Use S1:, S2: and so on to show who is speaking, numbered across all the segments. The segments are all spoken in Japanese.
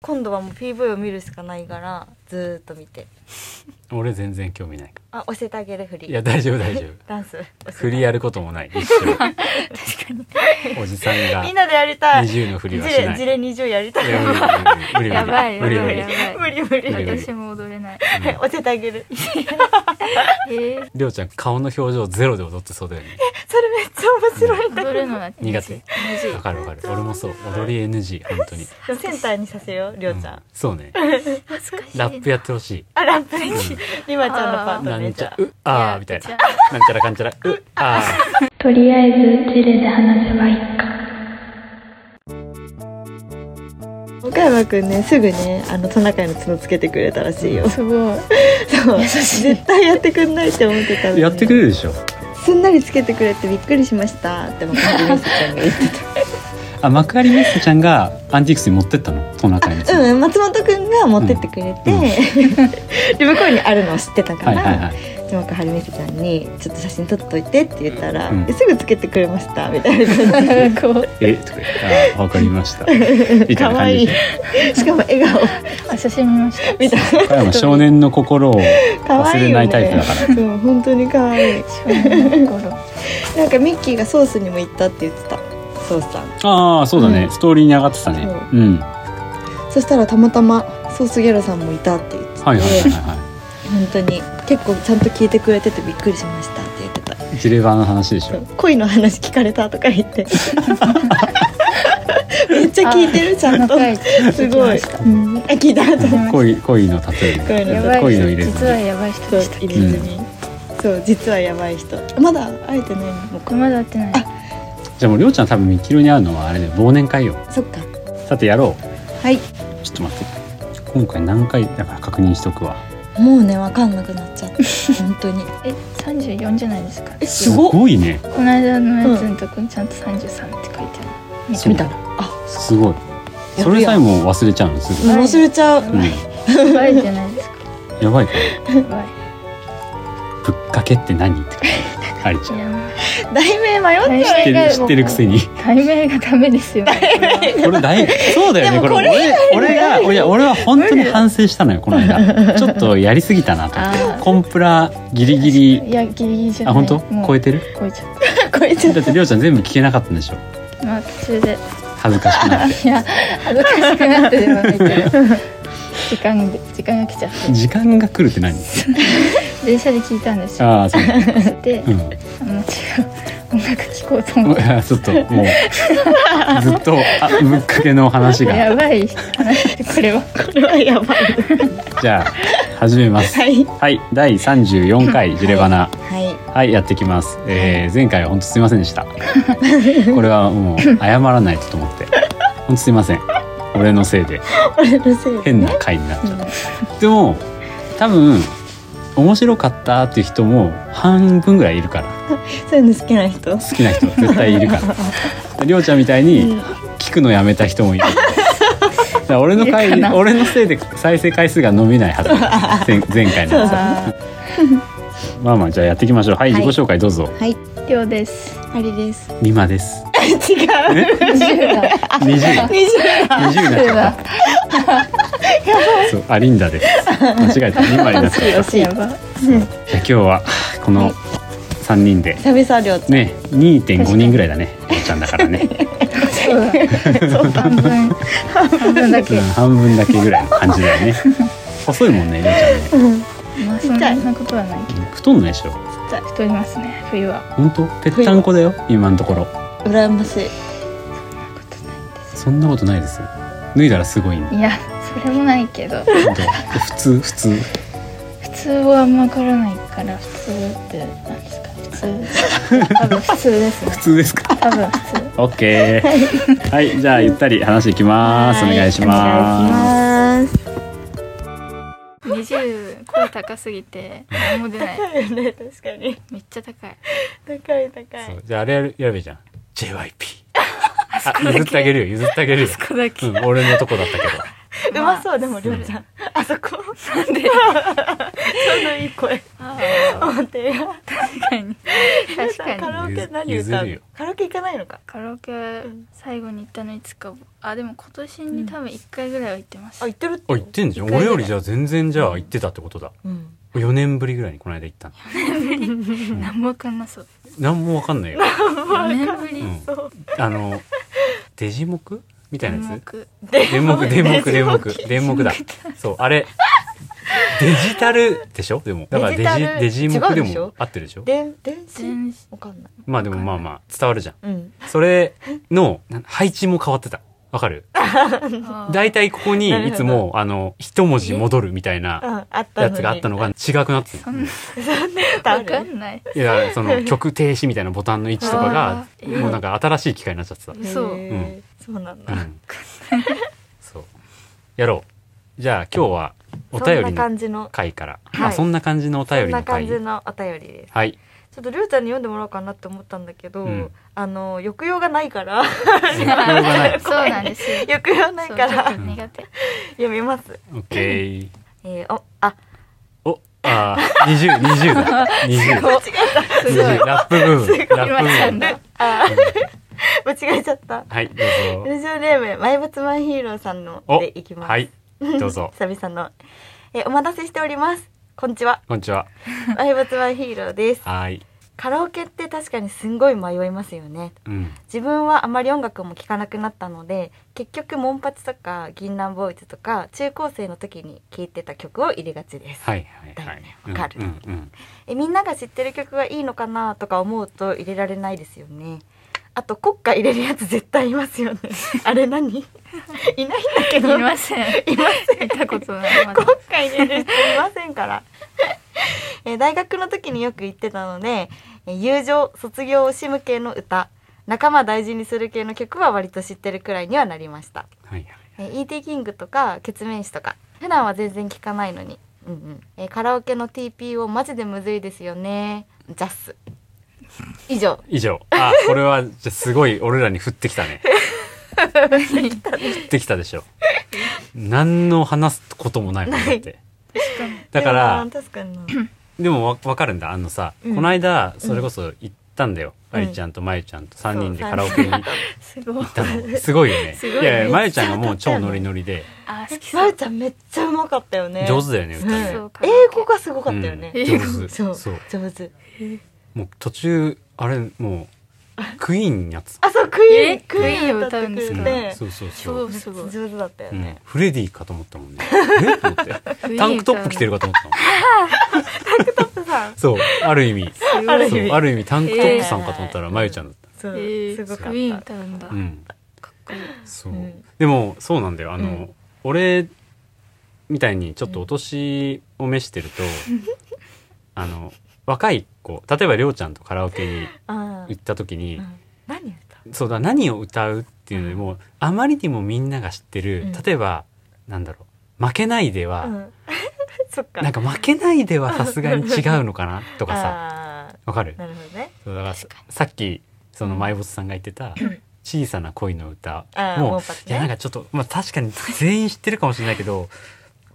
S1: 今度はもう PV を見るしかないからずーっと見て
S2: 俺全然興味ないか
S1: あ教えてあげる振り
S2: らいや大丈夫大丈夫
S1: ダンス
S2: 振りやることもない一生おじさんが
S1: みんなでやりたい
S2: 二重の振りはしない
S1: ジレ二重やりたい
S2: いや無理無理無理無理無理
S3: やばい
S2: 無理無理
S3: やばいやば
S1: 無
S3: い
S1: 理無理
S2: 無理無理
S3: 私も踊れな
S2: うん
S3: い。
S1: 教えてあげるそれめっ
S3: えー、
S2: りょうちゃん顔の表情ゼロで踊ってそうだよね
S1: ちゃ面白いんだ
S3: 踊るのが
S2: 苦手わかるわかる俺もそう踊り NG 本当に
S1: でもセンターにさせようりょうちゃん、
S2: うんそうね
S3: 恥ずかしい。
S2: ラップやってほしい
S1: あラップにりまちゃんのパー
S2: な
S1: トね
S2: んち
S1: じゃ
S2: ゃ
S1: あ
S2: うあーみたいななんちゃらかんちゃらうあー
S4: とりあえずジレで話せばいいか
S1: 岡山くんねすぐねあのトナカイの角つけてくれたらしいよ
S3: すごい。
S1: そう絶対やってくんないって思ってたのに
S2: やってくれるでしょ
S1: すんなりつけてくれてびっくりしましたって幕張メッセちゃんが言って
S2: あ幕張メッセちゃんがアンティークスに持ってったのトナカイの
S1: たうん松本くんが持ってってくれて、
S2: うん
S1: で向こうにあるのを知ってたか
S2: はい
S1: ら、
S2: はいはい
S1: で幕張メッセちゃんに「ちょっと写真撮っといて」って言ったら「
S2: うん
S1: えすぐつけてくれました」みた いな感じでこう
S2: えとか言ってあーわかりましたみたいな感じで
S1: しかも笑顔
S3: あ、写真見ました。
S1: みたいな
S2: これはもう少年の心を 忘れないタイプだから、
S1: そう本当に可愛い
S3: 少年の頃。
S1: なんかミッキーがソースにも行ったって言ってたソースさん
S2: ああそうだね、ストーリーに上がってたね
S1: そう
S2: うんは
S1: そしたらたまたまソースギャルさんもいたって言ってて、
S2: いはいはいは
S1: 本当に結構ちゃんと聞いてくれててびっくりしましたって言ってた
S2: いジレバーの話でしょ
S1: 恋の話聞かれたとか言 ってめっちゃ聞いてるちゃんと
S3: 仲良く
S1: すごい、うん、あ聞いた後
S2: 恋恋の例え
S1: 恋の
S3: や
S1: 例
S3: ばい
S2: 恋の入
S3: 人
S2: れ
S3: 実は
S2: 墨
S3: やばい人
S1: そう
S3: でした
S1: 入れずに、そう実はやばい人まだ会えてないのもうこ
S3: まだ会ってない
S2: じゃあもうりょうちゃん多分みきろに会うのはあれだよ忘年会よ
S1: そっか
S2: さてやろ
S1: はい。
S2: うちょっと待って今回何回だから確認しとくわ
S1: もうね、わかんなくなっちゃ った。本当に。
S3: え三十四じゃないですか
S1: え、
S2: すごいね
S3: この間のやつのとこにちゃんと三十三って書いてある
S2: そう
S1: 見た
S2: すごい
S1: や
S2: それさえも忘れちゃうのすぐ
S3: やばい
S1: 忘れちゃう。
S3: やばいやばいじゃない ですか
S2: やばいか
S3: やばい
S2: ぶっかけって何ってありちゃん
S3: いや
S1: 題名迷っ
S2: 知ってる知ってるくせに
S3: 題名がダメですよね
S2: これ大そうだよねこれ俺俺がいや俺は本当に反省したのよこの間ちょっとやりすぎたなと思って
S3: あー
S2: コンプラギリギ
S3: い
S2: リ
S3: やギリギリじゃな
S2: あ
S3: い
S2: 本当
S3: もう
S2: 超えてる
S3: 超えちゃっ
S1: こ いつ。
S2: だってりょうちゃん全部聞けなかったんでしょ
S3: たまあ途中で
S2: 恥ずかしくなって
S3: いや恥ずかしくなってでも見てる時間で時間が来ちゃって
S2: 時間が来るって何
S3: 電車で聞いたんですよ
S2: ああそう
S3: で、
S2: う
S3: あの違う音楽聴こうと思っ
S2: ん
S3: て
S2: ちょっともうずっとあぶっかけの話が
S3: やばい話これは
S1: これはやばい。
S2: じゃあ始めます
S1: はい。
S2: はい第34回ジレバナ
S1: はい。
S2: はいやってきます、えー、前回は本当すいませんでした これはもう謝らないとと思って本当すいません俺のせいで
S1: 俺のせいで
S2: 変な回になっちゃったでも多分面白かったっていう人も半分ぐらいいるから
S1: そういうの好きな人。
S2: 好きな人は絶対いる からりょうちゃんみたいに聞くのやめた人も いるだから俺の
S3: いる
S2: 回
S3: かな
S2: 俺のせいで再生回数が伸びないはず前前回のや
S3: あ
S2: つまあまあじゃあやっていきましょうはい、
S1: はい
S2: 自己紹介どうぞ
S3: ーりょ うです
S1: ありです。
S2: リマです
S1: 違う。
S3: 20代
S2: 20代
S1: 二十代。
S2: 二十になっちゃった。そう、アリンダです。間違えた、二枚になっちゃった。
S3: やば
S2: じゃあ今日はこの三人で
S1: 久々りょうちゃん。
S2: ね、二点五人ぐらいだね。おっちゃんだからね、
S3: そうだ半分半分だ
S2: う
S3: け
S2: ん、半分だけぐらいの感じだよね。細いもんね、りょうちゃんね。
S3: まあそんなことはないけど
S2: 太んないでしょ。
S3: 太りますね冬は
S2: 本当ぺったんこだよ。今のところ。
S1: 羨ましい。
S2: そんなことないですよ。脱いだらすごいんだ。
S3: いやそれもないけど
S2: 本当普通普通。
S3: 普通はあんま分からないから普通ってなんですか普通多分普通ですね
S2: 普通ですか。
S3: 多分普通
S2: オッケー。はい、じゃあゆったり話いきます。お願いし
S3: お願
S2: ま
S3: いし
S2: す。
S1: あー
S3: 20声高すぎて何も出ない
S1: そうよね、 確かに。
S3: めっちゃ高い
S1: 高い高
S2: そ
S1: い。
S2: うじゃああれやるやればいいじゃん JYP あ譲ってあげるよ譲ってあげるよ、
S3: こだ
S2: うん、俺のとこだっ たけど
S1: うまそう、でもりょうちゃん。あそこ。なんで。ちょうどいい声。
S3: ああ
S1: 思って
S3: ー確かに確かに
S1: カラオケ何歌
S2: 譲
S1: う
S2: る
S1: の
S2: よ
S1: カラオケ行かないのか
S3: カラオケ最後に行ったのいつかあでも今年に多分1回ぐらいは行ってます、
S1: あ行ってるって
S2: あ、行ってんじゃん。俺よりじゃあ全然じゃあ行ってたってことだ。
S1: うん
S2: 4年ぶりぐらいにこの間行ったの。
S3: 何もわかんなそう
S2: なんもわかんないよ。
S3: 4年ぶり、
S2: うんあの、デジモクみたいなやつ
S3: 黙
S2: 電目、電目、電目、電目だ。そう、あれ、デジタルでしょでも。だからデ
S1: デジタル
S2: ジ、デジ
S1: 違
S2: 目で
S1: うでし
S2: も
S1: ょ
S2: 合ってるでしょ
S1: 電電子
S3: 全然
S1: わかんない
S2: まあでもまあまあ、伝わるじゃん。
S1: うん
S2: それの、な配置も変わってた。わかる
S3: あー
S2: 大体ここにいつも、あの、一文字戻るみたいな
S1: ああったの
S2: や
S1: に
S2: つがあったのが違くなってた。
S3: そんな
S1: あ
S3: わ
S1: る
S3: かんない
S2: いや、そ の曲停止みたいなボタンの位置とかが
S3: あ、ー
S2: もうなんか新しい機械になっちゃってた。
S1: へー
S3: そう
S2: うん
S1: そうなん
S2: う
S1: だ
S2: ん。そう。やろう。じゃあ今日はお便
S1: そ
S2: り
S1: んな
S2: の
S1: 感じの
S2: 回から。
S1: はい
S2: まあそんな感じのお
S1: そ
S2: 便
S1: ん
S2: り
S1: な
S2: の
S1: 感
S2: 回。
S1: じのお便りです
S2: はい。
S1: ちょっとりゅうちゃんに読んでもらおうかなって思ったんだけど、
S2: うん
S1: あの抑揚がないから
S2: 必要がない。
S3: そうなんですよ
S1: 抑揚ないか
S3: そうちょ
S1: ら
S3: っと苦手
S1: 読みます
S2: オッケー。
S1: えー、お あ
S2: お、あー、二十二十だ。二十。
S1: 間違
S2: 二十。ラップ部分。ラップ部
S3: 今ちゃ
S2: 分。
S3: んだ
S1: あ 間違えちゃった
S2: はい、どうぞ。
S1: ラジオネーム埋仏マンヒーローさんの
S2: お、
S1: でいきます、。
S2: はい、どうぞ
S1: 久々のえお待たせしておりますこんにち は
S2: こんにちは。
S1: 埋仏マンヒーローです
S2: はい。
S1: カラオケって確かにすんごい迷いますよね
S2: うん。
S1: 自分はあまり音楽も聴かなくなったので結局モンパチとか銀杏ボーイズとか中高生の時に聴いてた曲を入れがちです、
S2: はいはい
S1: だ
S2: は
S1: よね
S2: い。
S1: わかる
S2: うんうん
S1: えみんなが知ってる曲がいいのかなとか思うと入れられないですよねあと国歌入れるやつ絶対いますよねあれ何いないんだけど
S3: いません
S1: いません
S3: 見たことないまだ
S1: 国歌入れる人いませんから。えー大学の時によく言ってたので、えー友情、卒業を惜しむ系の歌、仲間大事にする系の曲は割と知ってるくらいにはなりました。
S2: はいはい。
S1: えー E.T. キングとか、ケツメイシとか、普段は全然聞かないのに。うんうん。えーカラオケの TPO マジでむずいですよね。ジャス。以 上。
S2: 以上。あ、これは、じゃあすごい俺らに降ってきたね。降ってきたでしょ。何の話すこともないもんだって。だか
S1: でも
S2: ら
S1: な、確かにな。
S2: でもわわかるんだ。あのさ、
S1: うん
S2: この間、それこそ行ったんだよ。
S1: うん
S2: あゆちゃんとまゆちゃんと3
S1: そう
S2: 人でカラオケに行っ
S3: すごい
S2: たの。 すごいよね。
S3: すごいね
S2: やいや、まゆちゃんがもう超ノリノリで、
S3: あー好き
S1: ま
S3: そう
S1: ゆちゃんめっちゃうまかったよね。
S2: 上手だよね、歌
S1: うん
S2: ね。
S3: そう
S1: 英語がすごかったよね。
S2: うん上手。
S1: そう
S2: そう。
S1: 上手。
S2: もう途中、あれ、もう、クイーンになってた。
S1: あ、そう、クイー
S3: え
S1: ン、クイーンを歌
S3: 歌
S1: っ
S3: う
S1: て
S3: ん
S1: く
S3: です
S1: れ
S3: か
S1: て、
S2: そうそうそう。
S3: 超すごい
S1: 上手だったよ
S2: うん
S1: ね。、
S2: フレディかと思った もんね。えと思って。タンクトップ着てるかと思ったもん。
S1: トップさん。
S2: そう、ある意味。
S3: すご
S1: ある
S3: い
S1: 意
S2: そ
S1: 味
S2: う、ある意味タンクトップさんかと思ったら、
S1: えー
S2: まゆちゃんだった。
S1: そう、
S3: え
S1: すご
S3: ー
S1: かっ
S3: クイーン
S1: た。
S3: 歌うんだ
S2: う
S3: か
S2: ん。
S3: っこいい
S2: そう
S1: うん。
S2: でも、そうなんだよ。あ
S1: う
S2: の
S1: ん、
S2: 俺みたいにちょっとお年を召して ると、あの、若い子、例えばりょうちゃんとカラオケに
S1: あー
S2: 行った時に
S1: う、ん何歌った
S2: そうだ何を歌うっていうのでもうあまりにもみんなが知って
S1: う
S2: る、
S1: ん
S2: 例えばなんだろう「負けないでは」
S1: うん。 そっか。
S2: なんか「負けないでは」さすがに違うのかなとかさ
S1: あ
S2: わかる
S1: ーなるほどね。
S2: そうだからささっきその埋没さんが言ってた「小さな恋の歌
S1: あー
S2: も」
S1: もうパッ
S2: い
S1: とね
S2: やなんかちょっと、まあ、確かに全員知ってるかもしれないけど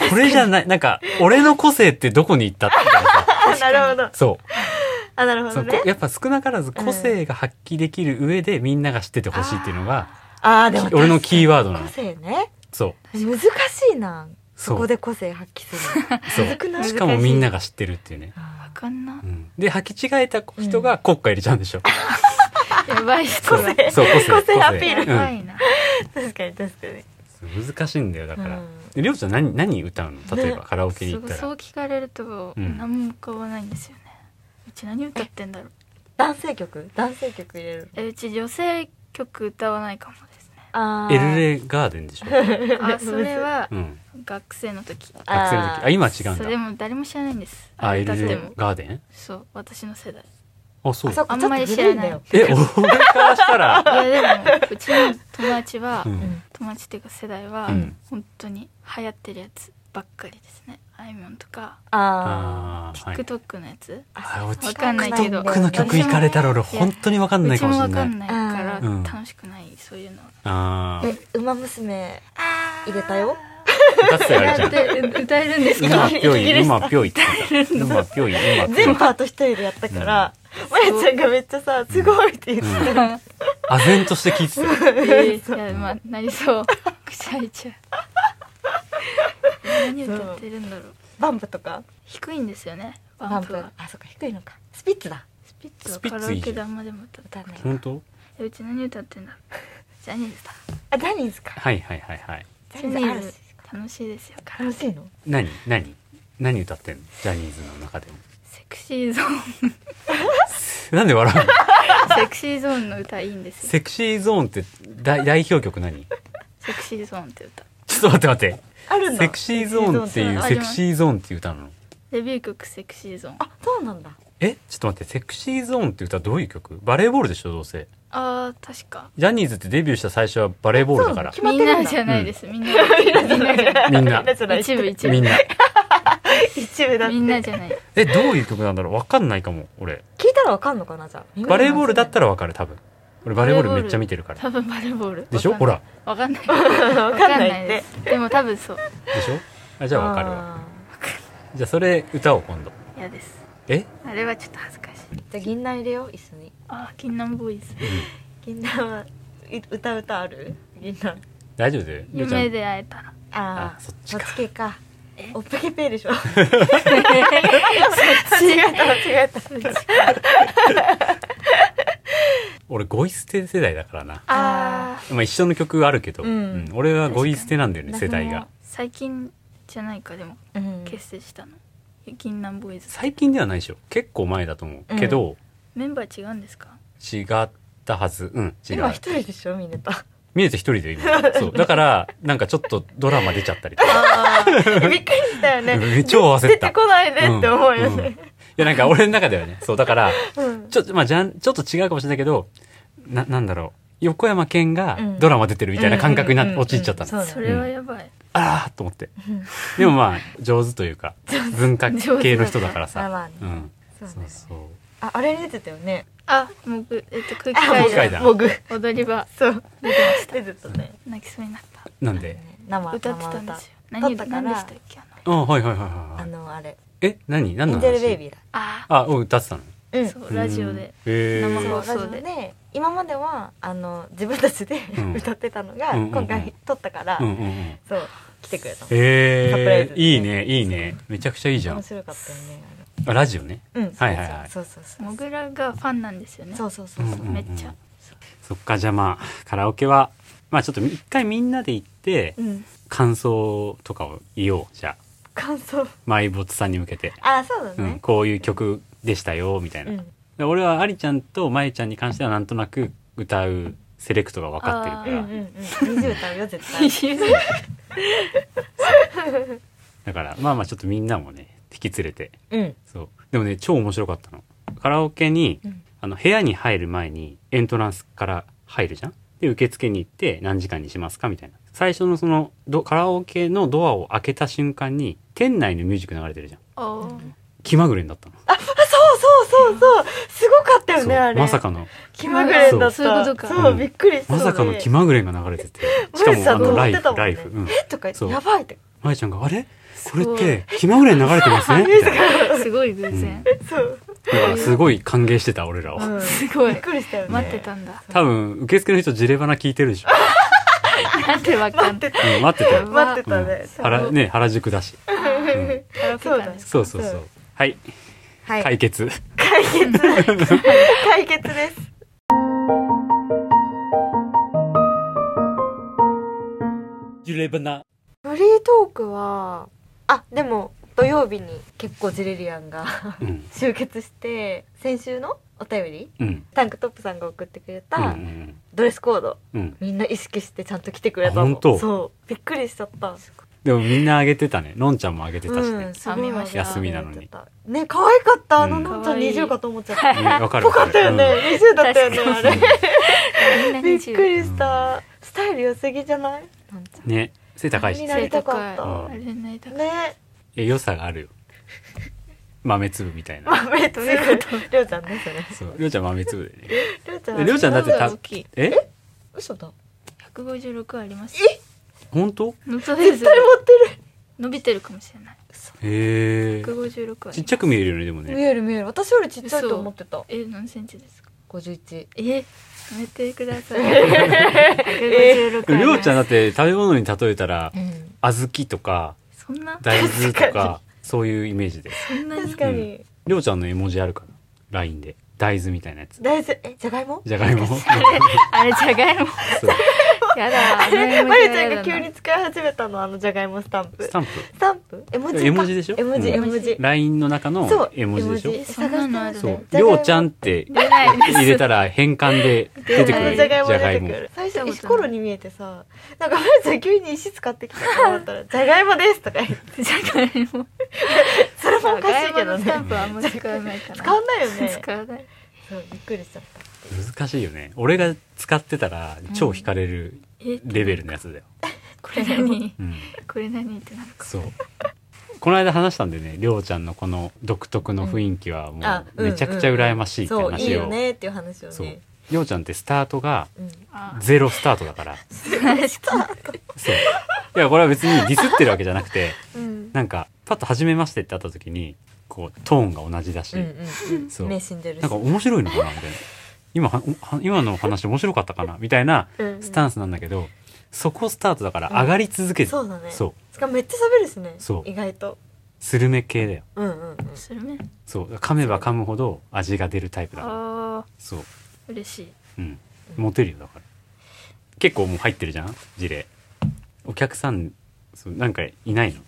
S2: これじゃないなんか俺の個性ってどこに行ったっていうかさ
S1: あ、なるほ ど。
S2: そう
S1: あ、なるほ
S2: そ
S1: ど
S2: う
S1: ね
S2: こ。やっぱ少なからず個性が発揮できる上でみんなが知っててほしいっていうのが
S1: あー、でも
S2: 俺のキーワードな
S1: 個
S2: の。
S1: 性ね。
S2: そう
S1: 難しいな。
S2: そ
S1: そうこで個性発揮するの。
S2: そう
S1: むずくない
S2: しかもみんなが知ってるっていうね、
S3: わ
S1: あ
S3: かんな
S2: うんで履き違えた人が国歌入れちゃうんでしょ、
S3: やばい人
S1: 個
S3: だ
S1: 性
S2: そう個性
S1: 個性アピー
S3: や
S1: ル
S3: ばいな
S1: ー確かに確かに。
S2: うん難しいんだよだから、
S1: うん
S2: でりょうちゃん何何歌うの例えばカラオケに
S3: そ
S2: 行っ
S3: う
S2: たら、
S3: そう聞かれると
S2: うん
S3: 何も浮かばないんですよねうち何歌ってんだろう
S1: 男性曲男性曲入れる。
S3: えうち女性曲歌わないかもですね
S1: あー
S2: エルレガーデンでしょ、う
S3: あそれは
S2: ん、
S3: 学生の時
S1: あー
S2: 学生の時あ今は違うん
S3: そ
S2: だ
S3: れでも誰も知らないんです
S2: あエ
S3: 歌っ
S2: ル
S3: て
S2: レ
S3: も
S2: ガーデン
S3: そう私の世代
S2: あそう
S1: あ、そっか、
S3: あん
S1: ちょっ
S3: ま
S1: と
S3: り知
S1: 古い
S3: ら
S1: ん
S3: ない
S1: だよ。
S2: え俺からした
S3: い
S2: ら、
S3: やでもうちの友達は、
S2: うん
S3: 友達っていうか世代は、
S2: うん
S3: 本当に流行ってるやつばっかりですねあいみょんとか
S1: あ
S2: あーはい
S3: TikTok のやつ、
S2: あ俺
S3: わかんないけど
S2: TikTok の曲行かれたら俺本当にわかんな
S3: う
S2: い
S3: ち
S2: かも
S3: も
S2: しれ
S3: わ
S2: な
S3: か
S2: い
S3: んないから
S2: うん
S3: 楽しくない、そういうの
S2: あ
S1: ー。え、馬娘。
S3: あ
S1: ー入れたよ
S2: 歌ってたよあれちゃん
S3: 歌歌えるんですか
S2: 今ぴょい今ぴょいって言ってた今ぴょい今ぴょ
S1: 全
S2: い
S1: 部あと一人でやったから、まやちゃんがめっちゃさ、すごいって言ってた。
S2: 唖然として聞いてたよ
S3: えーいやまあなりそうくしゃいちゃう何歌ってるんだろう
S1: バンプとか
S3: 低いんですよねバ
S1: バ
S3: ン
S1: ン
S3: プ
S1: プ。
S3: は
S1: あ、そっか、低いのか。スピッツだ。
S3: スピッツはカラオケであんまでも歌って
S1: 歌わない。
S2: 本当
S3: えうち何歌ってんだろうジャニーズだ
S1: あ、ジャニーズか。
S2: はいはいはいはい
S1: ジ
S3: ジ
S1: ャ
S3: ャ
S1: ニ
S3: ニ
S1: ー
S3: ー
S1: ズ
S3: ズ楽しいですよ
S1: 嵐。楽しいの
S2: 何何何歌ってんのジャニーズの中でも
S3: セクシーゾー ン
S2: なんで笑うの
S3: セクシーゾーンの歌いいんですよ
S2: セクシーゾーンって代代表曲何
S3: セクシーゾーンって歌
S2: ちょっと待って待って
S1: あるんだ。
S2: セクシーゾーンっていうセクシーゾーンっていう歌なの
S3: デビュー曲セクシーゾーン
S1: あ、そうなんだ。
S2: えちょっと待ってセクシーゾーンって歌どういう曲バレーボールでしょどうせ
S3: あー確か
S2: ジャニーズってデビューした最初はバレーボールだから
S1: 決まっ
S3: み
S1: て
S3: ん
S1: るんだ
S3: なじゃないです、みんなじゃないみんなじゃない
S2: み んな
S1: じゃない
S3: 一部一
S2: みん
S3: 部
S2: な
S1: 一部だって。
S3: みんなじ
S1: 聞い
S3: ゃない
S2: えどういう曲なんだろうわかんないかも俺
S1: たらわかんのかな、じゃあ。
S2: バレーボールだった
S1: ら。
S2: らわかる多分俺バレーボールめっちゃ見てるから
S3: 多分バレーボール
S2: でしょほら
S3: わかんない
S1: わ
S3: わ
S1: かん
S3: かん
S1: な
S3: ないい
S1: って
S3: で。すでも多分そう
S2: でしょあじゃあわかるわ
S1: あ
S2: じゃあそれ歌おう今度
S3: 嫌です
S2: え
S3: あれはちょっと恥ずかしい
S1: ー。じゃあ、銀杏入れよう、一緒に。
S3: あー銀杏ボーイズ
S1: 銀杏は、い歌歌ある銀杏。
S2: 大丈夫だよりょうちゃん
S3: 夢で会えたら
S1: あ
S2: あ
S1: あ、
S2: そっちか
S1: そっち系か
S3: え。
S1: おっぺけぺーでしょ。間違えた、間違えた。
S2: 俺ゴイ捨て世代だからな
S1: あ
S2: まあ一緒の曲あるけど、
S1: うん
S2: うん俺はゴイ捨てなんだよね世
S1: 確かに
S2: 代が
S3: 最近じゃないかでも
S1: あ。うん
S3: 結成したの銀杏ボーイズ
S2: 最近ではないでしょ結構前だと思うけど、
S3: メンバー違うんですか
S2: 違ったはずうん違
S1: 今
S2: う
S1: 一人でしょ、ミネタ。
S2: 見えて一人 で今そうだからなんかちょっとドラマ出ちゃったりとか
S1: あーびっくりしたよね。
S2: 超焦った
S1: 出てこないでって思うよ
S2: んんい
S1: ね。
S2: やなんか俺の中ではねそうだから
S1: うん
S2: ちょっとまあじゃんちょっと違うかもしれないけどななんだろう横山健がドラマ出てるみたいな感覚になって陥っちゃったの、
S1: うんうんうんうん
S3: それはやばい
S2: ああと思ってでもまあ上手という か文化系の人だから
S1: まあ
S2: さ、
S1: まあね
S2: うん、
S1: そう
S2: そう
S1: ね
S2: そう
S1: あ、あれに出てたよね。
S3: あもぐえっと空気
S2: もう
S3: 階
S2: 一回
S3: 段
S2: だ
S1: もぐ。
S3: 踊り場
S1: そう。
S3: 出てまし
S1: 出てたね。
S3: た泣きそうになった
S2: なんで
S1: 生
S3: 歌ってたんですよ
S1: 生歌撮っ
S3: 何
S1: たか
S3: 何
S1: ら
S3: でしたっけあの
S2: あはいはいはい
S1: あ
S2: はいはい
S1: の、あれ。
S2: え何
S1: イ
S2: 何の
S1: ン
S2: 話
S1: デルベイビーだ。
S3: あ
S2: あお歌ってたの
S1: う
S3: ーそうラジオで
S2: へえ
S3: 生
S1: そう
S3: 放
S1: ラジオ
S3: 送で
S1: で今まではあの自分たちで
S2: うん
S1: 歌ってたのが、
S2: うんうんうん
S1: 今回撮ったから、
S2: うんうんうん
S1: そう来てくれたのサプライ
S2: え
S1: ズ
S2: ー、いいねいいねめちゃくちゃいいじゃ
S1: 面
S2: ん
S1: 白かったよね
S2: あラジオね
S1: あれうん
S2: はいはいはい
S1: そうそうそう
S3: もぐらがファンなんですよね
S1: そうそうそうそう
S2: うん
S3: めっちゃ
S2: そっかじゃあまあカラオケはまあちょっと一回みんなで行って
S1: うん、
S2: 感想とかを言おうじゃあ
S1: 感想
S2: マイボッツさんに向けて、
S1: あそうだ
S2: うん、
S1: ね
S2: こういう曲でしたよみたいうな、
S1: ん、
S2: で俺はありちゃんとまえちゃんに関してはなんとなく歌うセレクトが分かってる
S1: う
S2: か
S1: ん、うん
S2: ら、
S1: うん二十歌うよ絶対
S3: は
S2: だからまあまあちょっとみんなもね引き連れて
S1: うん
S2: そうでもね超面白かったのカラオケに
S1: うん
S2: あの部屋に入る前にエントランスから入るじゃんで受付に行って何時間にしますかみたいな最初のそのどカラオケのドアを開けた瞬間に店内のミュージック流れてるじゃん
S3: おー
S2: 気まぐれになったの
S1: あそうそうそうそうすごかったよね
S2: そう
S1: あれ
S2: まさかの
S1: 気まぐれだった
S3: そうそういうことか
S1: そうびっくりした
S2: まさかの気まぐれが流れててし
S1: しか
S2: か
S1: も
S2: もあ
S1: さ
S2: の
S1: と
S2: ラ
S1: 思っ
S2: イ
S1: て
S2: フ
S1: たもん
S2: ライ
S1: ね
S2: フうん
S1: えとか
S2: そう
S1: やばいって
S2: まえちゃんが「あれこれ
S3: ご
S2: っ
S3: い
S2: て気まぐれに流れてますね」みたいな
S3: すごい偶然
S1: そう、
S2: だからすごい歓迎してた俺らを、
S1: うん、
S3: すご
S1: び
S3: い
S1: っくりしたよね
S3: 待ってたんだ
S2: 多分受付の人ジレバナ聞いてるでしょ、
S3: なんてわか
S1: 待
S3: ん
S1: っ
S3: な
S1: て
S3: い
S1: た
S2: うん、待ってたよ、
S1: 待ってた
S2: う
S1: ね
S2: ん、原ね原宿だ し、うん、
S3: カラオケなんです
S2: そうそうそう
S1: そう
S2: はい
S1: はい
S2: 解決、
S1: 解決 解決です
S2: ジレバナ
S1: フリートークはあでも土曜日に結構ジレリアンが
S2: うん
S1: 集結して先週のお便り
S2: うん
S1: タンクトップさんが送ってくれ
S2: うんう
S1: た
S2: ん
S1: ドレスコード、
S2: うん
S1: みんな意識してちゃんと来てくれた
S2: あ
S1: の
S2: 本当
S1: そうびっくりしちゃった
S2: でもみんなあげてたねのんちゃんもあげてたし
S1: う
S2: ね
S1: ん、すごいわ
S2: 休みなのに
S1: ね可愛かったあの
S2: うん
S1: のんちゃん
S3: 可愛い
S1: 20かと思っちゃった
S2: ねわ、かる
S1: ぽ
S2: わか
S1: かったよ
S2: る、
S1: ね20だったよねあれ
S3: みんな
S1: びっく
S3: 20
S1: りしたスタイル良すぎじゃないなんちゃ
S2: うんね背高いし
S1: みん
S2: ね
S1: なりたかっ
S2: うん
S1: た
S3: あれになりたかっ
S1: ね
S2: いや良さがあるよ豆粒みたい な
S1: まめつぶ
S3: どういうこ
S1: りょうちゃんねそれ
S2: そうりょうちゃん豆粒でね
S1: りょうちゃ
S2: え
S1: ん
S2: りょうちゃんだって
S3: た
S2: た
S3: 大きい
S2: え
S1: 嘘だ
S3: 156あります
S2: 本当
S3: そうです
S1: 絶対持ってる
S3: 伸びてるかもしれない嘘
S2: へえ
S3: 156は
S2: ちっちゃく見えるよねでも
S1: 見
S2: ね
S1: える見える私よりちっちゃいと思ってた
S3: え何センチですか
S1: 51
S3: えやめてくだ さい156
S2: りょうちゃんだって食べ物に例えたら
S1: うん
S2: 小豆とか
S3: そんな
S2: 大豆と
S1: 確か
S2: かそういうイメージで
S3: そんなに
S1: 確かに、
S2: りょうちゃんの絵文字あるかな LINE で大豆みたいなやつ
S1: 大豆えじゃがいも
S2: じゃ がいもそう
S3: あれじゃがいも やだあ
S1: ま
S3: れ
S1: ゆ
S3: も
S1: ちゃん
S3: やだ
S1: が
S3: な
S1: 急に使い始めたのあのじゃがいもスタンプ
S2: スタンプ
S1: スタンプ絵文字か
S2: 絵文字でしょ
S1: 絵文字
S2: うん
S1: 絵文字
S2: LINE の中
S1: そう
S2: の絵文字でしょ
S1: 絵文字
S3: そんなのある
S1: 字
S2: そ
S1: じゃ
S2: う
S1: がい
S2: り
S1: も
S2: ょうちゃんって
S3: 出ないです
S2: 入れたら変換で出てく
S1: あ
S2: る
S1: の
S2: じ
S1: じ
S2: ゃ
S1: ゃがいも
S2: が
S1: 出
S2: い
S1: て
S2: も
S1: くる最初
S3: 見た
S1: 石
S3: ことない
S1: ころに見えてさなんかまゆちゃん急に石使ってきたと思ったら「じゃがいもです」とか言って
S3: じゃがいも
S1: それもおかしいけど
S3: スタン
S1: ね
S3: プはあんま使わないかな
S1: 使わないよね
S3: 使わない
S1: そうびっくりしちゃった
S2: 難しいよね俺が使ってたら超惹かれる
S3: え
S2: レベルのやつだよ、
S3: これ何
S2: うん、
S3: これ何ってなるか
S2: そうこの間話したんでねりょうちゃんのこの独特の雰囲気はも
S1: あ
S2: うめちゃくちゃ羨ましいって
S1: そういい
S2: 話
S1: よ
S2: を
S1: ねっていう話を
S2: そう
S1: ね
S2: りょうちゃんってスタートが
S1: うん
S3: あ
S2: ゼロスタートだからそういやこれは別にディスってるわけじゃなくて
S1: うん
S2: なんかパッと「初めまして」ってあった時にこうトーンが同じだし、
S1: うんうん
S2: そう
S1: 目死んでるし
S2: なんか面白いのかなみたいな今はおは今の話面白かったかなみたいな
S1: うん
S2: スタンスなんだけどそこスタートだから上がり続ける、
S1: そうだね
S2: そう
S1: しかもめっちゃ喋るしね
S2: そう
S1: 意外と
S2: スルメ系だよ
S1: うんうんうん
S3: スルメ
S2: そう噛めば噛むほど味が出るタイプだから
S3: あ
S2: そう
S3: ー嬉しい
S2: うんモテるよだから結構もう入ってるじゃん事例お客さんそうなんかいないの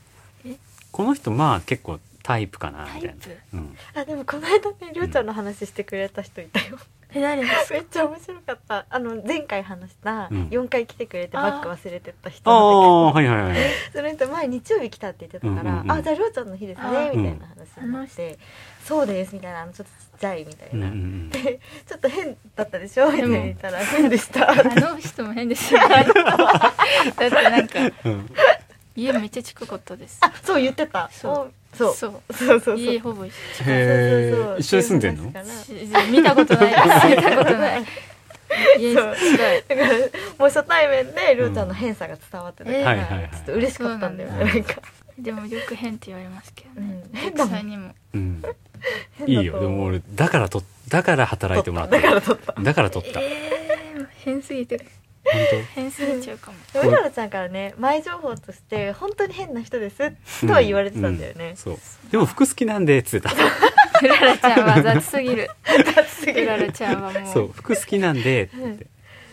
S3: え
S2: この人まあ結構タイプかなみたいな
S3: タイ
S2: うん、
S1: あでもこの間ねりょうちゃんの話してくれた人いた よ
S3: え誰で
S1: めっちゃ面白かったあの前回話した
S2: うん
S1: 4回来てくれてバッグ忘れてった人
S2: あ
S1: なん
S2: あ
S1: だ
S2: はいはいはい
S1: けどその人前日曜日来たって言ってたから「
S2: うんうんうん
S1: あじゃありょうちゃんの日です
S3: あ
S1: ね」
S3: ー
S1: みたいな話になって「そうです」みたいなあのちょっとちっちゃいみたい
S2: うんう
S1: な、
S2: んうん
S1: で「ちょっと変だったでしょ」みたいな言ったら「変で した」って
S3: あの人も変です よねだってなんか
S2: うん
S3: 家めっちゃ近かったです
S1: あそう言ってた
S3: そう
S1: おそう
S3: そう
S1: そうそうそう
S3: 家ほぼ一緒
S2: へ
S1: そうそうそう
S2: え一緒に住んでんの
S1: っていう話から
S3: 見たことないです見たことない家
S1: そう
S3: 近い
S1: だからもう初対面でりょうちゃんの偏差が伝わってたから、
S2: うんはいはいはい
S1: ちょっと嬉しかったんだよね
S2: そう
S1: な
S2: なんだ
S1: んか、
S3: でもよく変って言われますけど
S1: う
S3: ね
S1: ん、変
S3: お
S1: だ
S3: 客
S1: も
S3: さ
S1: ん
S3: んにも
S2: うん
S1: 変
S2: い
S1: だ
S2: いよ
S1: と
S2: でも
S1: 思う
S2: 俺だからとだから働いてもらって
S1: だから撮った
S2: るだから取った本
S3: えー、変すぎてる変すぎちゃうかも
S1: うららちゃんからね前情報として本当に変な人です
S2: 当
S1: とは言われてたんだよ
S2: う
S1: ね、
S2: そうでも服好きなんでっつってた
S3: うららちゃんは雑すぎる
S1: 雑すぎ
S3: うら
S1: る
S3: らちゃんはもう
S2: そう服好きなんでって言って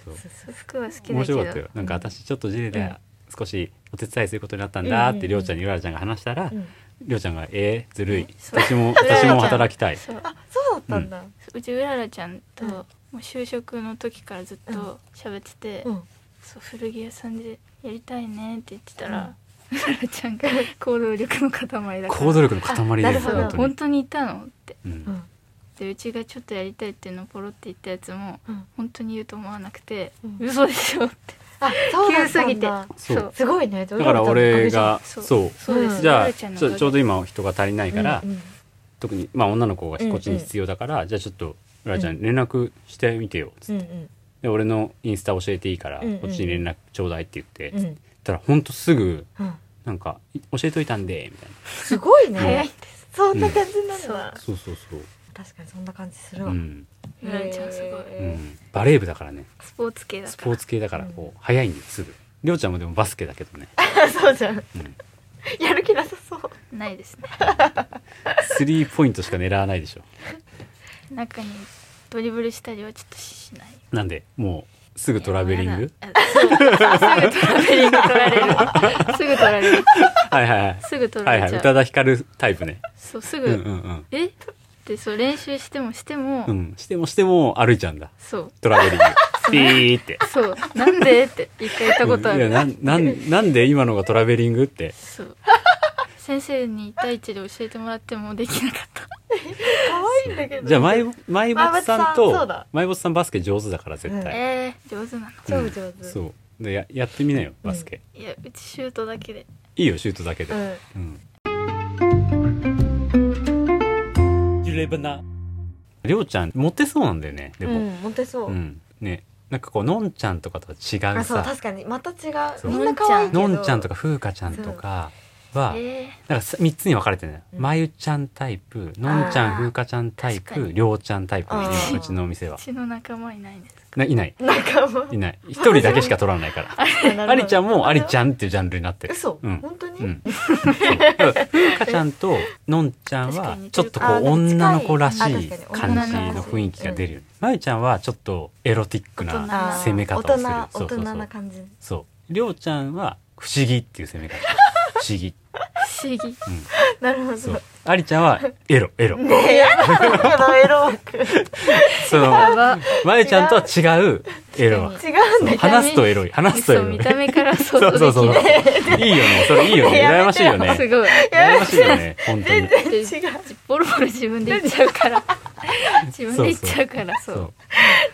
S2: そう
S3: 服は好きだけど
S2: 面白かったよなんか私ちょっとジレ
S1: う
S2: で
S1: ん
S2: 少しお手伝いすることになったんだっ
S1: うんうんう
S2: て
S1: ん
S2: りょうちゃんにうららちゃんが話したら
S1: うん
S2: りょうちゃんが「えー、ずるい
S3: そう
S2: 私も
S3: うらら
S2: 私
S3: ちゃん
S2: も働きたい
S3: そう
S1: あそうだったんだ、
S3: うちうららちゃんと、
S1: うん
S3: もう就職の時からずっと喋ってて、
S1: うん
S3: そう古着屋さんでやりたいねって言ってたら、うららちゃん が行動力の塊だから
S2: 行動力の塊
S1: あ
S2: で
S1: なる
S2: す
S1: ほど
S3: そ
S2: 本
S3: う
S2: 当
S3: 本
S2: に
S3: 当にいたのって
S2: う
S1: うんん
S3: でうちがちょっとやりたいっていうのをポロって言ったやつも
S1: うん
S3: 本当に言うと思わなくて、
S1: うん
S3: 嘘でしょって
S1: あそうだ
S3: 急
S1: った
S3: す
S1: んだ
S3: ぎて
S2: そう
S1: すごいねだ
S2: だから俺が
S3: そう
S2: そう
S3: そうです、
S1: うん
S2: じゃ
S3: う
S2: あ
S3: ら
S2: ち
S3: んの
S2: ょちょうど今人が足りないから、
S1: うんうん
S2: 特にまあ女の子がこっちに必要だから、じゃあちょっとうららちゃん連絡してみてよつって
S1: うんうん
S2: で俺のインスタ教えていいから、
S1: うんうん
S2: こっちに連絡ちょうだいって言って、
S1: う
S2: 言っ
S1: ん
S2: たらほんとすぐ
S1: うん
S2: なんかい教えといたんでみたい
S1: すごい
S3: 早
S1: ね
S3: いです
S1: そんな感じなん
S3: そ
S1: だ
S3: う
S2: なそうそうそう
S1: 確かにそんな感じする
S2: う
S1: わ、
S2: ん、
S1: へー
S3: うららちゃんすごい
S2: うん、バレー部だからね
S3: スポーツ系だ
S2: ス
S3: か
S2: ポー
S3: ら
S2: ツ系だから
S1: うん
S2: こう早いんですぐりょうちゃんもでもバスケだけどね、
S1: そうじゃん
S2: うん、
S1: やる気なさそう
S3: ないですね
S2: スリーポイントしか狙わないでしょ
S3: 中にドリブルしたりはちょっとしない
S2: なんでもうすぐトラベリング
S3: いややだあそうすぐトラベリング取られるすぐ取られる
S2: はいはいはい
S3: すぐ取
S2: は
S3: ら
S2: いは
S3: れ
S2: い
S3: ちゃ
S2: 宇多
S3: う、
S2: 田ヒカルタイプね
S3: そうす
S2: う
S3: ぐ、
S2: んうんうん
S3: えってそう練習してもしても、
S2: うんしてもしても歩いちゃうんだ
S3: そう
S2: トラベリングピーって
S3: そうなんでって一回言ったことあ
S2: うん
S3: る、
S2: いやなんなんなんで今のがトラベリングって
S3: そう先生に1対1で教えてもらってもできなかった
S1: 可愛いんだけど
S2: じゃあマイボマイボツさん
S1: マイボツさんそう
S2: と
S1: だ
S2: マイボツさんバスケ上手だから絶対、
S3: えー、上手
S1: う
S3: な
S1: ん
S2: うん
S1: 超上手
S2: そうでややってみなよバスケ、
S3: のいやうちシュートだけで
S2: いいよシュートだけで、
S1: うん
S2: うんゆればなりょうちゃんモテそうなんだよねで
S1: う
S2: も、
S1: んモテそううん
S2: ねなんかこうのんちゃんとかとは違う
S1: あそう
S2: さ
S1: 確かにまた違
S2: そうう
S1: みんな可愛いけど
S2: のんちゃんとかふうかちゃんとかは
S3: え
S2: なんか3つに分かれてね、
S1: うん
S2: まゆちゃんタイプのんちゃん
S3: あー
S2: ふうかちゃんタイ
S3: 確か
S2: プ
S3: に
S2: りょうちゃんタイプ
S1: あー
S2: うちのお店
S3: ー、う
S2: は
S3: ちの仲間いないんですか
S2: ないない
S1: 仲間
S2: いない一人だけしか取らないからありちゃんもありちゃんっていうジャンルになってる
S1: 嘘、
S2: うん
S1: 本当に、
S2: うん、そうふうかちゃんとのんちゃんはちょっとこ
S1: あ
S2: う
S1: なんか近い
S2: 女の子らし
S1: あ
S2: い
S1: 確かに
S2: 感じ
S3: 女
S2: の
S3: の子
S2: 雰囲気が出るよねまゆちゃんはちょっとエロティックな
S1: あー
S2: 攻め方をする
S1: 大人
S2: そうそうそう
S1: 大人な感じ
S2: そうりょうちゃんは不思議っていう攻め方不思議、
S3: 不思議
S2: う
S1: なるほど
S2: ん、そうありちゃんはエロエロ
S1: ねえやだこのエロ枠違
S2: その
S3: やば
S2: まゆちゃんとは違うエロは
S1: うんだ
S2: そう
S1: よ
S2: 話すとエロい話すとエ
S3: そう
S2: ロい
S3: 見た目から
S2: そ
S3: 想像
S2: う
S3: で
S2: そうそう
S3: き
S2: そう
S3: ない
S2: いいよねそれいいよね
S1: や
S2: 羨ま
S1: め
S2: しい
S1: てよ
S2: よね
S3: すごい
S2: 羨ましいよね本当に
S1: 全然違う
S3: ボロボロ自分で言っちゃうから 自分で言っちゃうから
S2: そ
S3: そ
S2: うう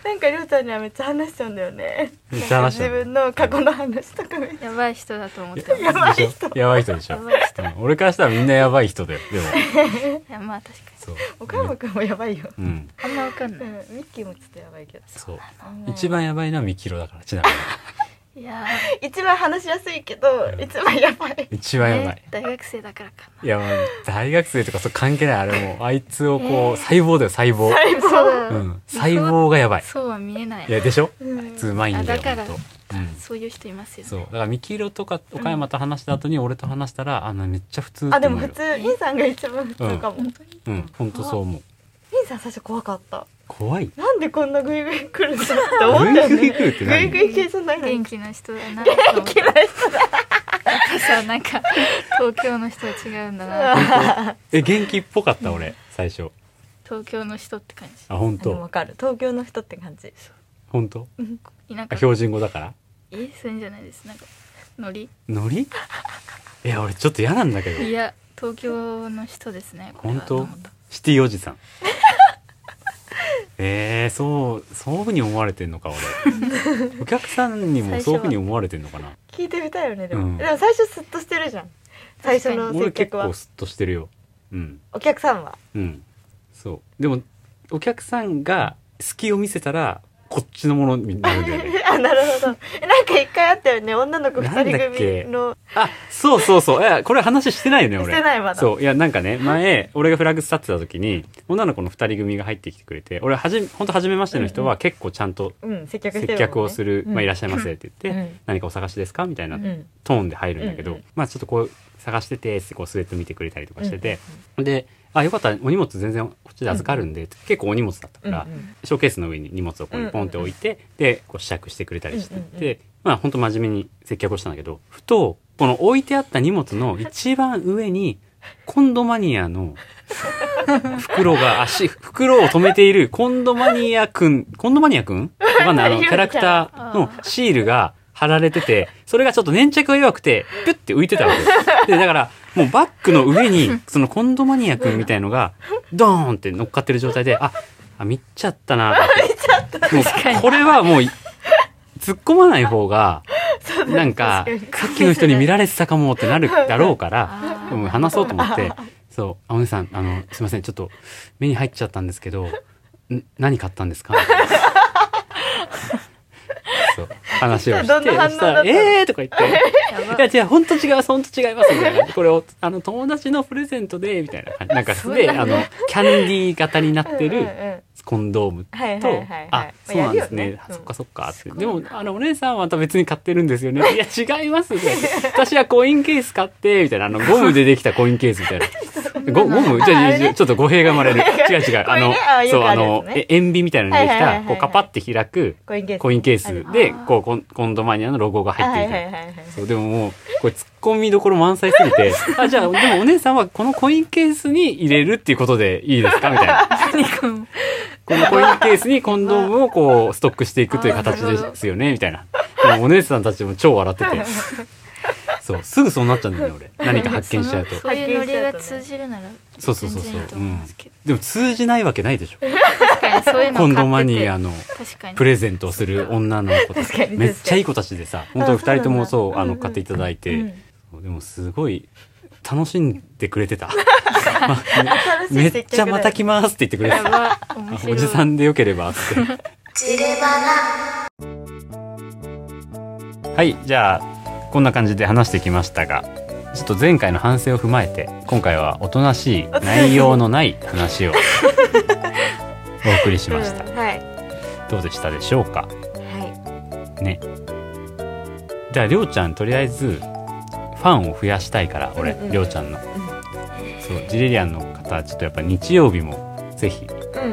S1: なんかりょうちゃんにはめっちゃ話しちゃうんだよね
S2: めっちゃ話しちゃ
S1: 自
S2: う
S1: 分の過去の話とかめっちゃ
S3: やばい人だと思って
S2: やばい人やばい人でしょ
S3: やばい
S2: うん俺からしたらみんなやばい人だよでも
S3: いやまあ確かに
S2: そう
S1: 岡山くんもやばいよ、
S2: うん
S3: あんまわかん
S1: う
S3: なんい、
S1: ミッキーもちょっとやばいけど
S2: そう
S1: うん
S2: 一番やばいのはミキロだからちなみ
S3: いや
S1: 一番話しやすいけど、
S2: うん
S1: 一番やばい
S2: に一
S3: ー、
S2: 番やばい
S3: ね大学生だからか
S2: いやもう大学生とかそう関係ないあれもうあいつをこう細胞だよ細胞
S1: 細
S3: なそ
S1: 胞
S3: うだ、
S2: うん細胞がやばい
S3: そうは見えない
S2: いやでしょ
S1: うん
S2: 普通うまいんだよ
S3: あだから
S2: ほんとうん
S3: そういう人いますよね
S2: そうだからミキロとか岡山と話した後に俺と話したらあのめっちゃ普通って思うよ
S1: あでも普通インさんが一番普通かも、イン
S3: 本当に
S2: うん本当そう思う
S1: さん最初怖かった
S2: 怖い
S1: なんでこんなグイグイ来るんだって思っ
S2: グ
S1: たよ
S2: イグ
S1: ね
S2: イ来るって
S1: グイ
S2: 何
S1: グイ系じゃないのに
S3: 元気な人だな元気な人ださなんか東京の人は違うんだな
S2: え元気っぽかった俺最初
S3: 東京の人って感じ
S2: あ本
S1: でもわ
S2: 当
S1: かる東京の人って感じ
S2: 本当
S3: 田
S2: あ
S3: 舎
S2: 標準語だから
S3: えそういうんじゃないですなんかノリ
S2: ノリいや俺ちょっと嫌なんだけど
S3: いや東京の人ですねこれ
S2: 本
S3: はと
S2: 当
S3: 思った
S2: シティおじさん えー、そうそういうふうに思われてんのか俺お客さんにもそういうふうに思われてんのかな
S1: 聞いてみたいよねでも、
S2: うん
S1: でも最初スッとしてるじゃん最初の
S2: 俺
S1: 接
S2: 結
S1: 客は
S2: 構スッとしてるようん
S1: お客さんは
S2: うんそうでもお客さんが隙を見せたらこっちのものになるんだ よね
S1: あなるほどえなんか一回あったよね女の子二人組の
S2: あそうそうそういやこれ話してないよね
S1: し
S2: 俺
S1: てないまだ
S2: そういやなんかね前俺がフラグ立ってた時に女の子の2人組が入ってきてくれて俺はじめほんと初めましての人は結構ちゃんと
S1: うん接客してるも
S2: 接
S1: んね、
S2: 客をする「まあ、いらっし
S1: ゃ
S2: ゃいませ」って言って、
S1: うん
S2: 何かお探しですか?」みたいな
S1: うん
S2: トーンで入るんだけど、
S1: うんうん
S2: まあちょっとこう探しててってこうスウェット見てくれたりとかしてて、で「あよかったらお荷物全然こっちで預かるんで」って結構お荷物だった
S1: う
S2: か
S1: んう
S2: ら、
S1: ん
S2: ショーケースの上に荷物をこうポンって置いて、でこう試着してくれたりしてて、
S1: うんうんう
S2: まあ本当真面目に接客をしたんだけどふとこの置いてあった荷物の一番上にコンドマニアの袋が足袋を止めているコンドマニアくんコンドマニアくんわかんないあのキャラクターのシールが貼られててそれがちょっと粘着が弱くてピュッて浮いてたわけよでだからもうバッグの上に そのコンドマニアくんみたいのがドーンって乗っかってる状態でああ見ちゃったなと思ってもうこれはもうい突っ込まない方がなんかさっきの人に見られてたかもってなるだろうから
S3: あ
S2: うん話そうと思ってそう「あお姉さんあのすいませんちょっと目に入っちゃったんですけどん何買ったんですか?」 そう話をして
S1: どんな反応
S2: そした
S1: だ
S2: ら
S1: った
S2: 「
S1: の
S2: えー!」とか言って。
S3: ーやば
S2: いや違う本当違う本当違いますみたいなこれをあの友達のプレゼントでみたいな感じなんか
S3: そんな
S2: であのキャンディー型にな
S1: うん
S2: って
S1: うん
S2: るコンドームと
S1: はいはいはいはい
S2: あそうなんです
S1: まあやるよ
S2: ね
S1: ねうん
S2: そっかそっかってでもあのお姉さんはまた別に買ってるんです よねいや違いますね私はコインケース買ってみたいなあのゴムでできたコインケースみ たいなゴゴムじゃあじゃあちょっと語弊が生まれる違う違うあ
S1: これ
S2: の
S1: ねあよ
S2: そう
S1: くあ
S2: あ
S1: るや
S2: の
S1: つね
S2: え塩ビみたいなのにでき
S1: はいはいはいは
S2: た
S1: い
S2: こうカパって開く
S1: コインケース
S2: コインケースで
S3: あー
S2: こうコンコンドマニアのロゴが入っている
S1: はいはいはいはい
S2: そうでももうこれツッコミどころ満載すぎてあじゃあでもお姉さんはこのコインケースに入れるっていうことでいいですかみたいな
S3: 何かも
S2: このコインケースにコンドームをこうストックしていくという形ですよねみたいなでもお姉さんたちも超笑っててそうすぐそうなっちゃうんだよね俺何か発見しちゃうと
S3: そのそういうノリが通じるなら
S2: そうそうそうそう
S3: 全然いいと思いますけど、
S2: でも通じないわけないでしょ
S3: 確かにそういうの
S2: コンド
S3: 買
S2: マ
S3: って
S2: ニ
S3: て
S2: アの
S3: 確かに
S2: プレゼントをする女の子た
S1: 確か
S2: ち
S1: に
S2: めっちゃいい子たちでさ本当に
S1: あそうな
S2: 2
S1: んだ
S2: 人ともそうあ
S1: うんう
S2: の
S1: ん
S2: 買っていただいて、
S1: うん
S2: でもすごい楽しんでくれてた
S1: 新しい
S2: めっ
S1: 接客
S2: ちゃまた来ますって言ってくれて
S3: や
S2: た
S3: ば面白い
S2: おじさんでよければってはいじゃあこんな感じで話してきましたがちょっと前回の反省を踏まえて今回はおとなしい内容のない 話をお送りしました
S1: うんはい
S2: どうでしたでしょうか
S1: は
S2: ねじゃありょうちゃんとりあえずファンを増やしたいから俺、
S1: うんうん
S2: りょうちゃんの、そうジレリアンの方ちょっとやっぱ日曜日もぜひり
S1: いうんう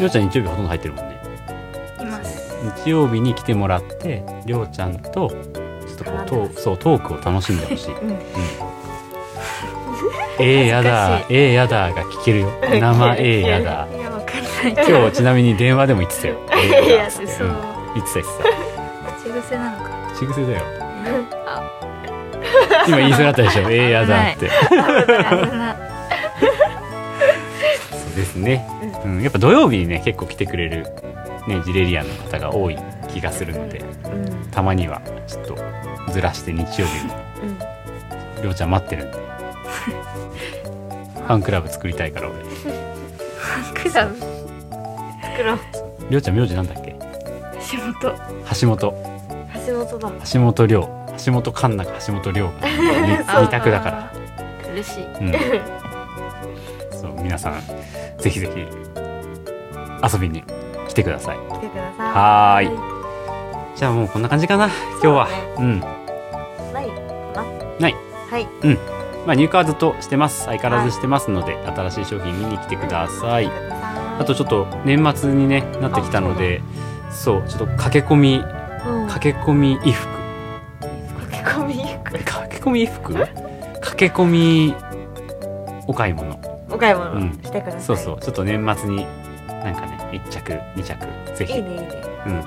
S1: ん
S2: ょうちゃん日曜日ほとんど入ってるもんね
S3: います
S2: 日曜日に来てもらってりょうちゃんとちょっとこうトークそうトークを楽しんでほしい、
S1: うん
S2: ええやだええやだが聞けるよ生ええやだ
S1: いやわかんない
S2: 今日ちなみに電話でも言ってたよえ え
S1: い
S2: やだ
S1: や
S2: っつ
S1: そ
S2: っ
S1: う
S2: て
S1: そ
S2: うん
S1: う
S2: 言ってた言って
S3: 口癖なのか
S2: た口癖だよ今言いそうだった でしょええやだって
S3: 危 な
S2: そうですね、うん、やっぱ土曜日にね結構来てくれる、ね、ジレリアンの方が多い気がするので
S1: うんうん
S2: たまにはちょっとずらして日曜日にりょうちゃん待ってるんでファンクラブ作りたいから俺
S3: クラブ
S1: 黒
S2: りょうちゃん名字なんだっけ
S3: 仕事
S2: 橋本
S1: 橋本だ
S2: 橋本涼橋本環奈か橋本涼か 二二択だから
S3: 嬉しい
S2: ら、うん、そう皆さんぜひぜひ遊びに来てください
S1: 来てください
S2: はーいじゃあもうこんな感じかな今日はう,、ん
S1: ないかな
S2: ない
S1: はい
S2: まあ入荷はずっとしてます相変わらずしてますので、新しい商品見に来てくださいあとちょっと年末にねなってきたのでそうちょっと駆け込み
S1: うん駆
S2: 駆け込み衣服
S1: け込み服
S2: 駆け込み衣服駆け込みお買い物
S1: お買いう物
S2: ん
S1: してください
S2: そうそうちょっと年末になんかね1着2着ぜひ
S1: いいねいいね
S2: うん、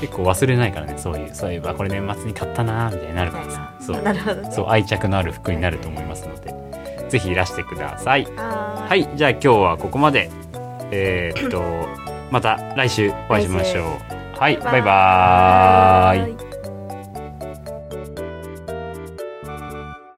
S2: 結構忘れないからねそういうそういえばこれ年末に買ったなーみたいになるからさそう
S1: なるほどね
S2: そう愛着のある服になると思いますのでぜひいらしてください
S1: は
S2: はいじゃあ今日はここまでえーっとまた来週お会いしましょうはいバイバーイ
S1: ーい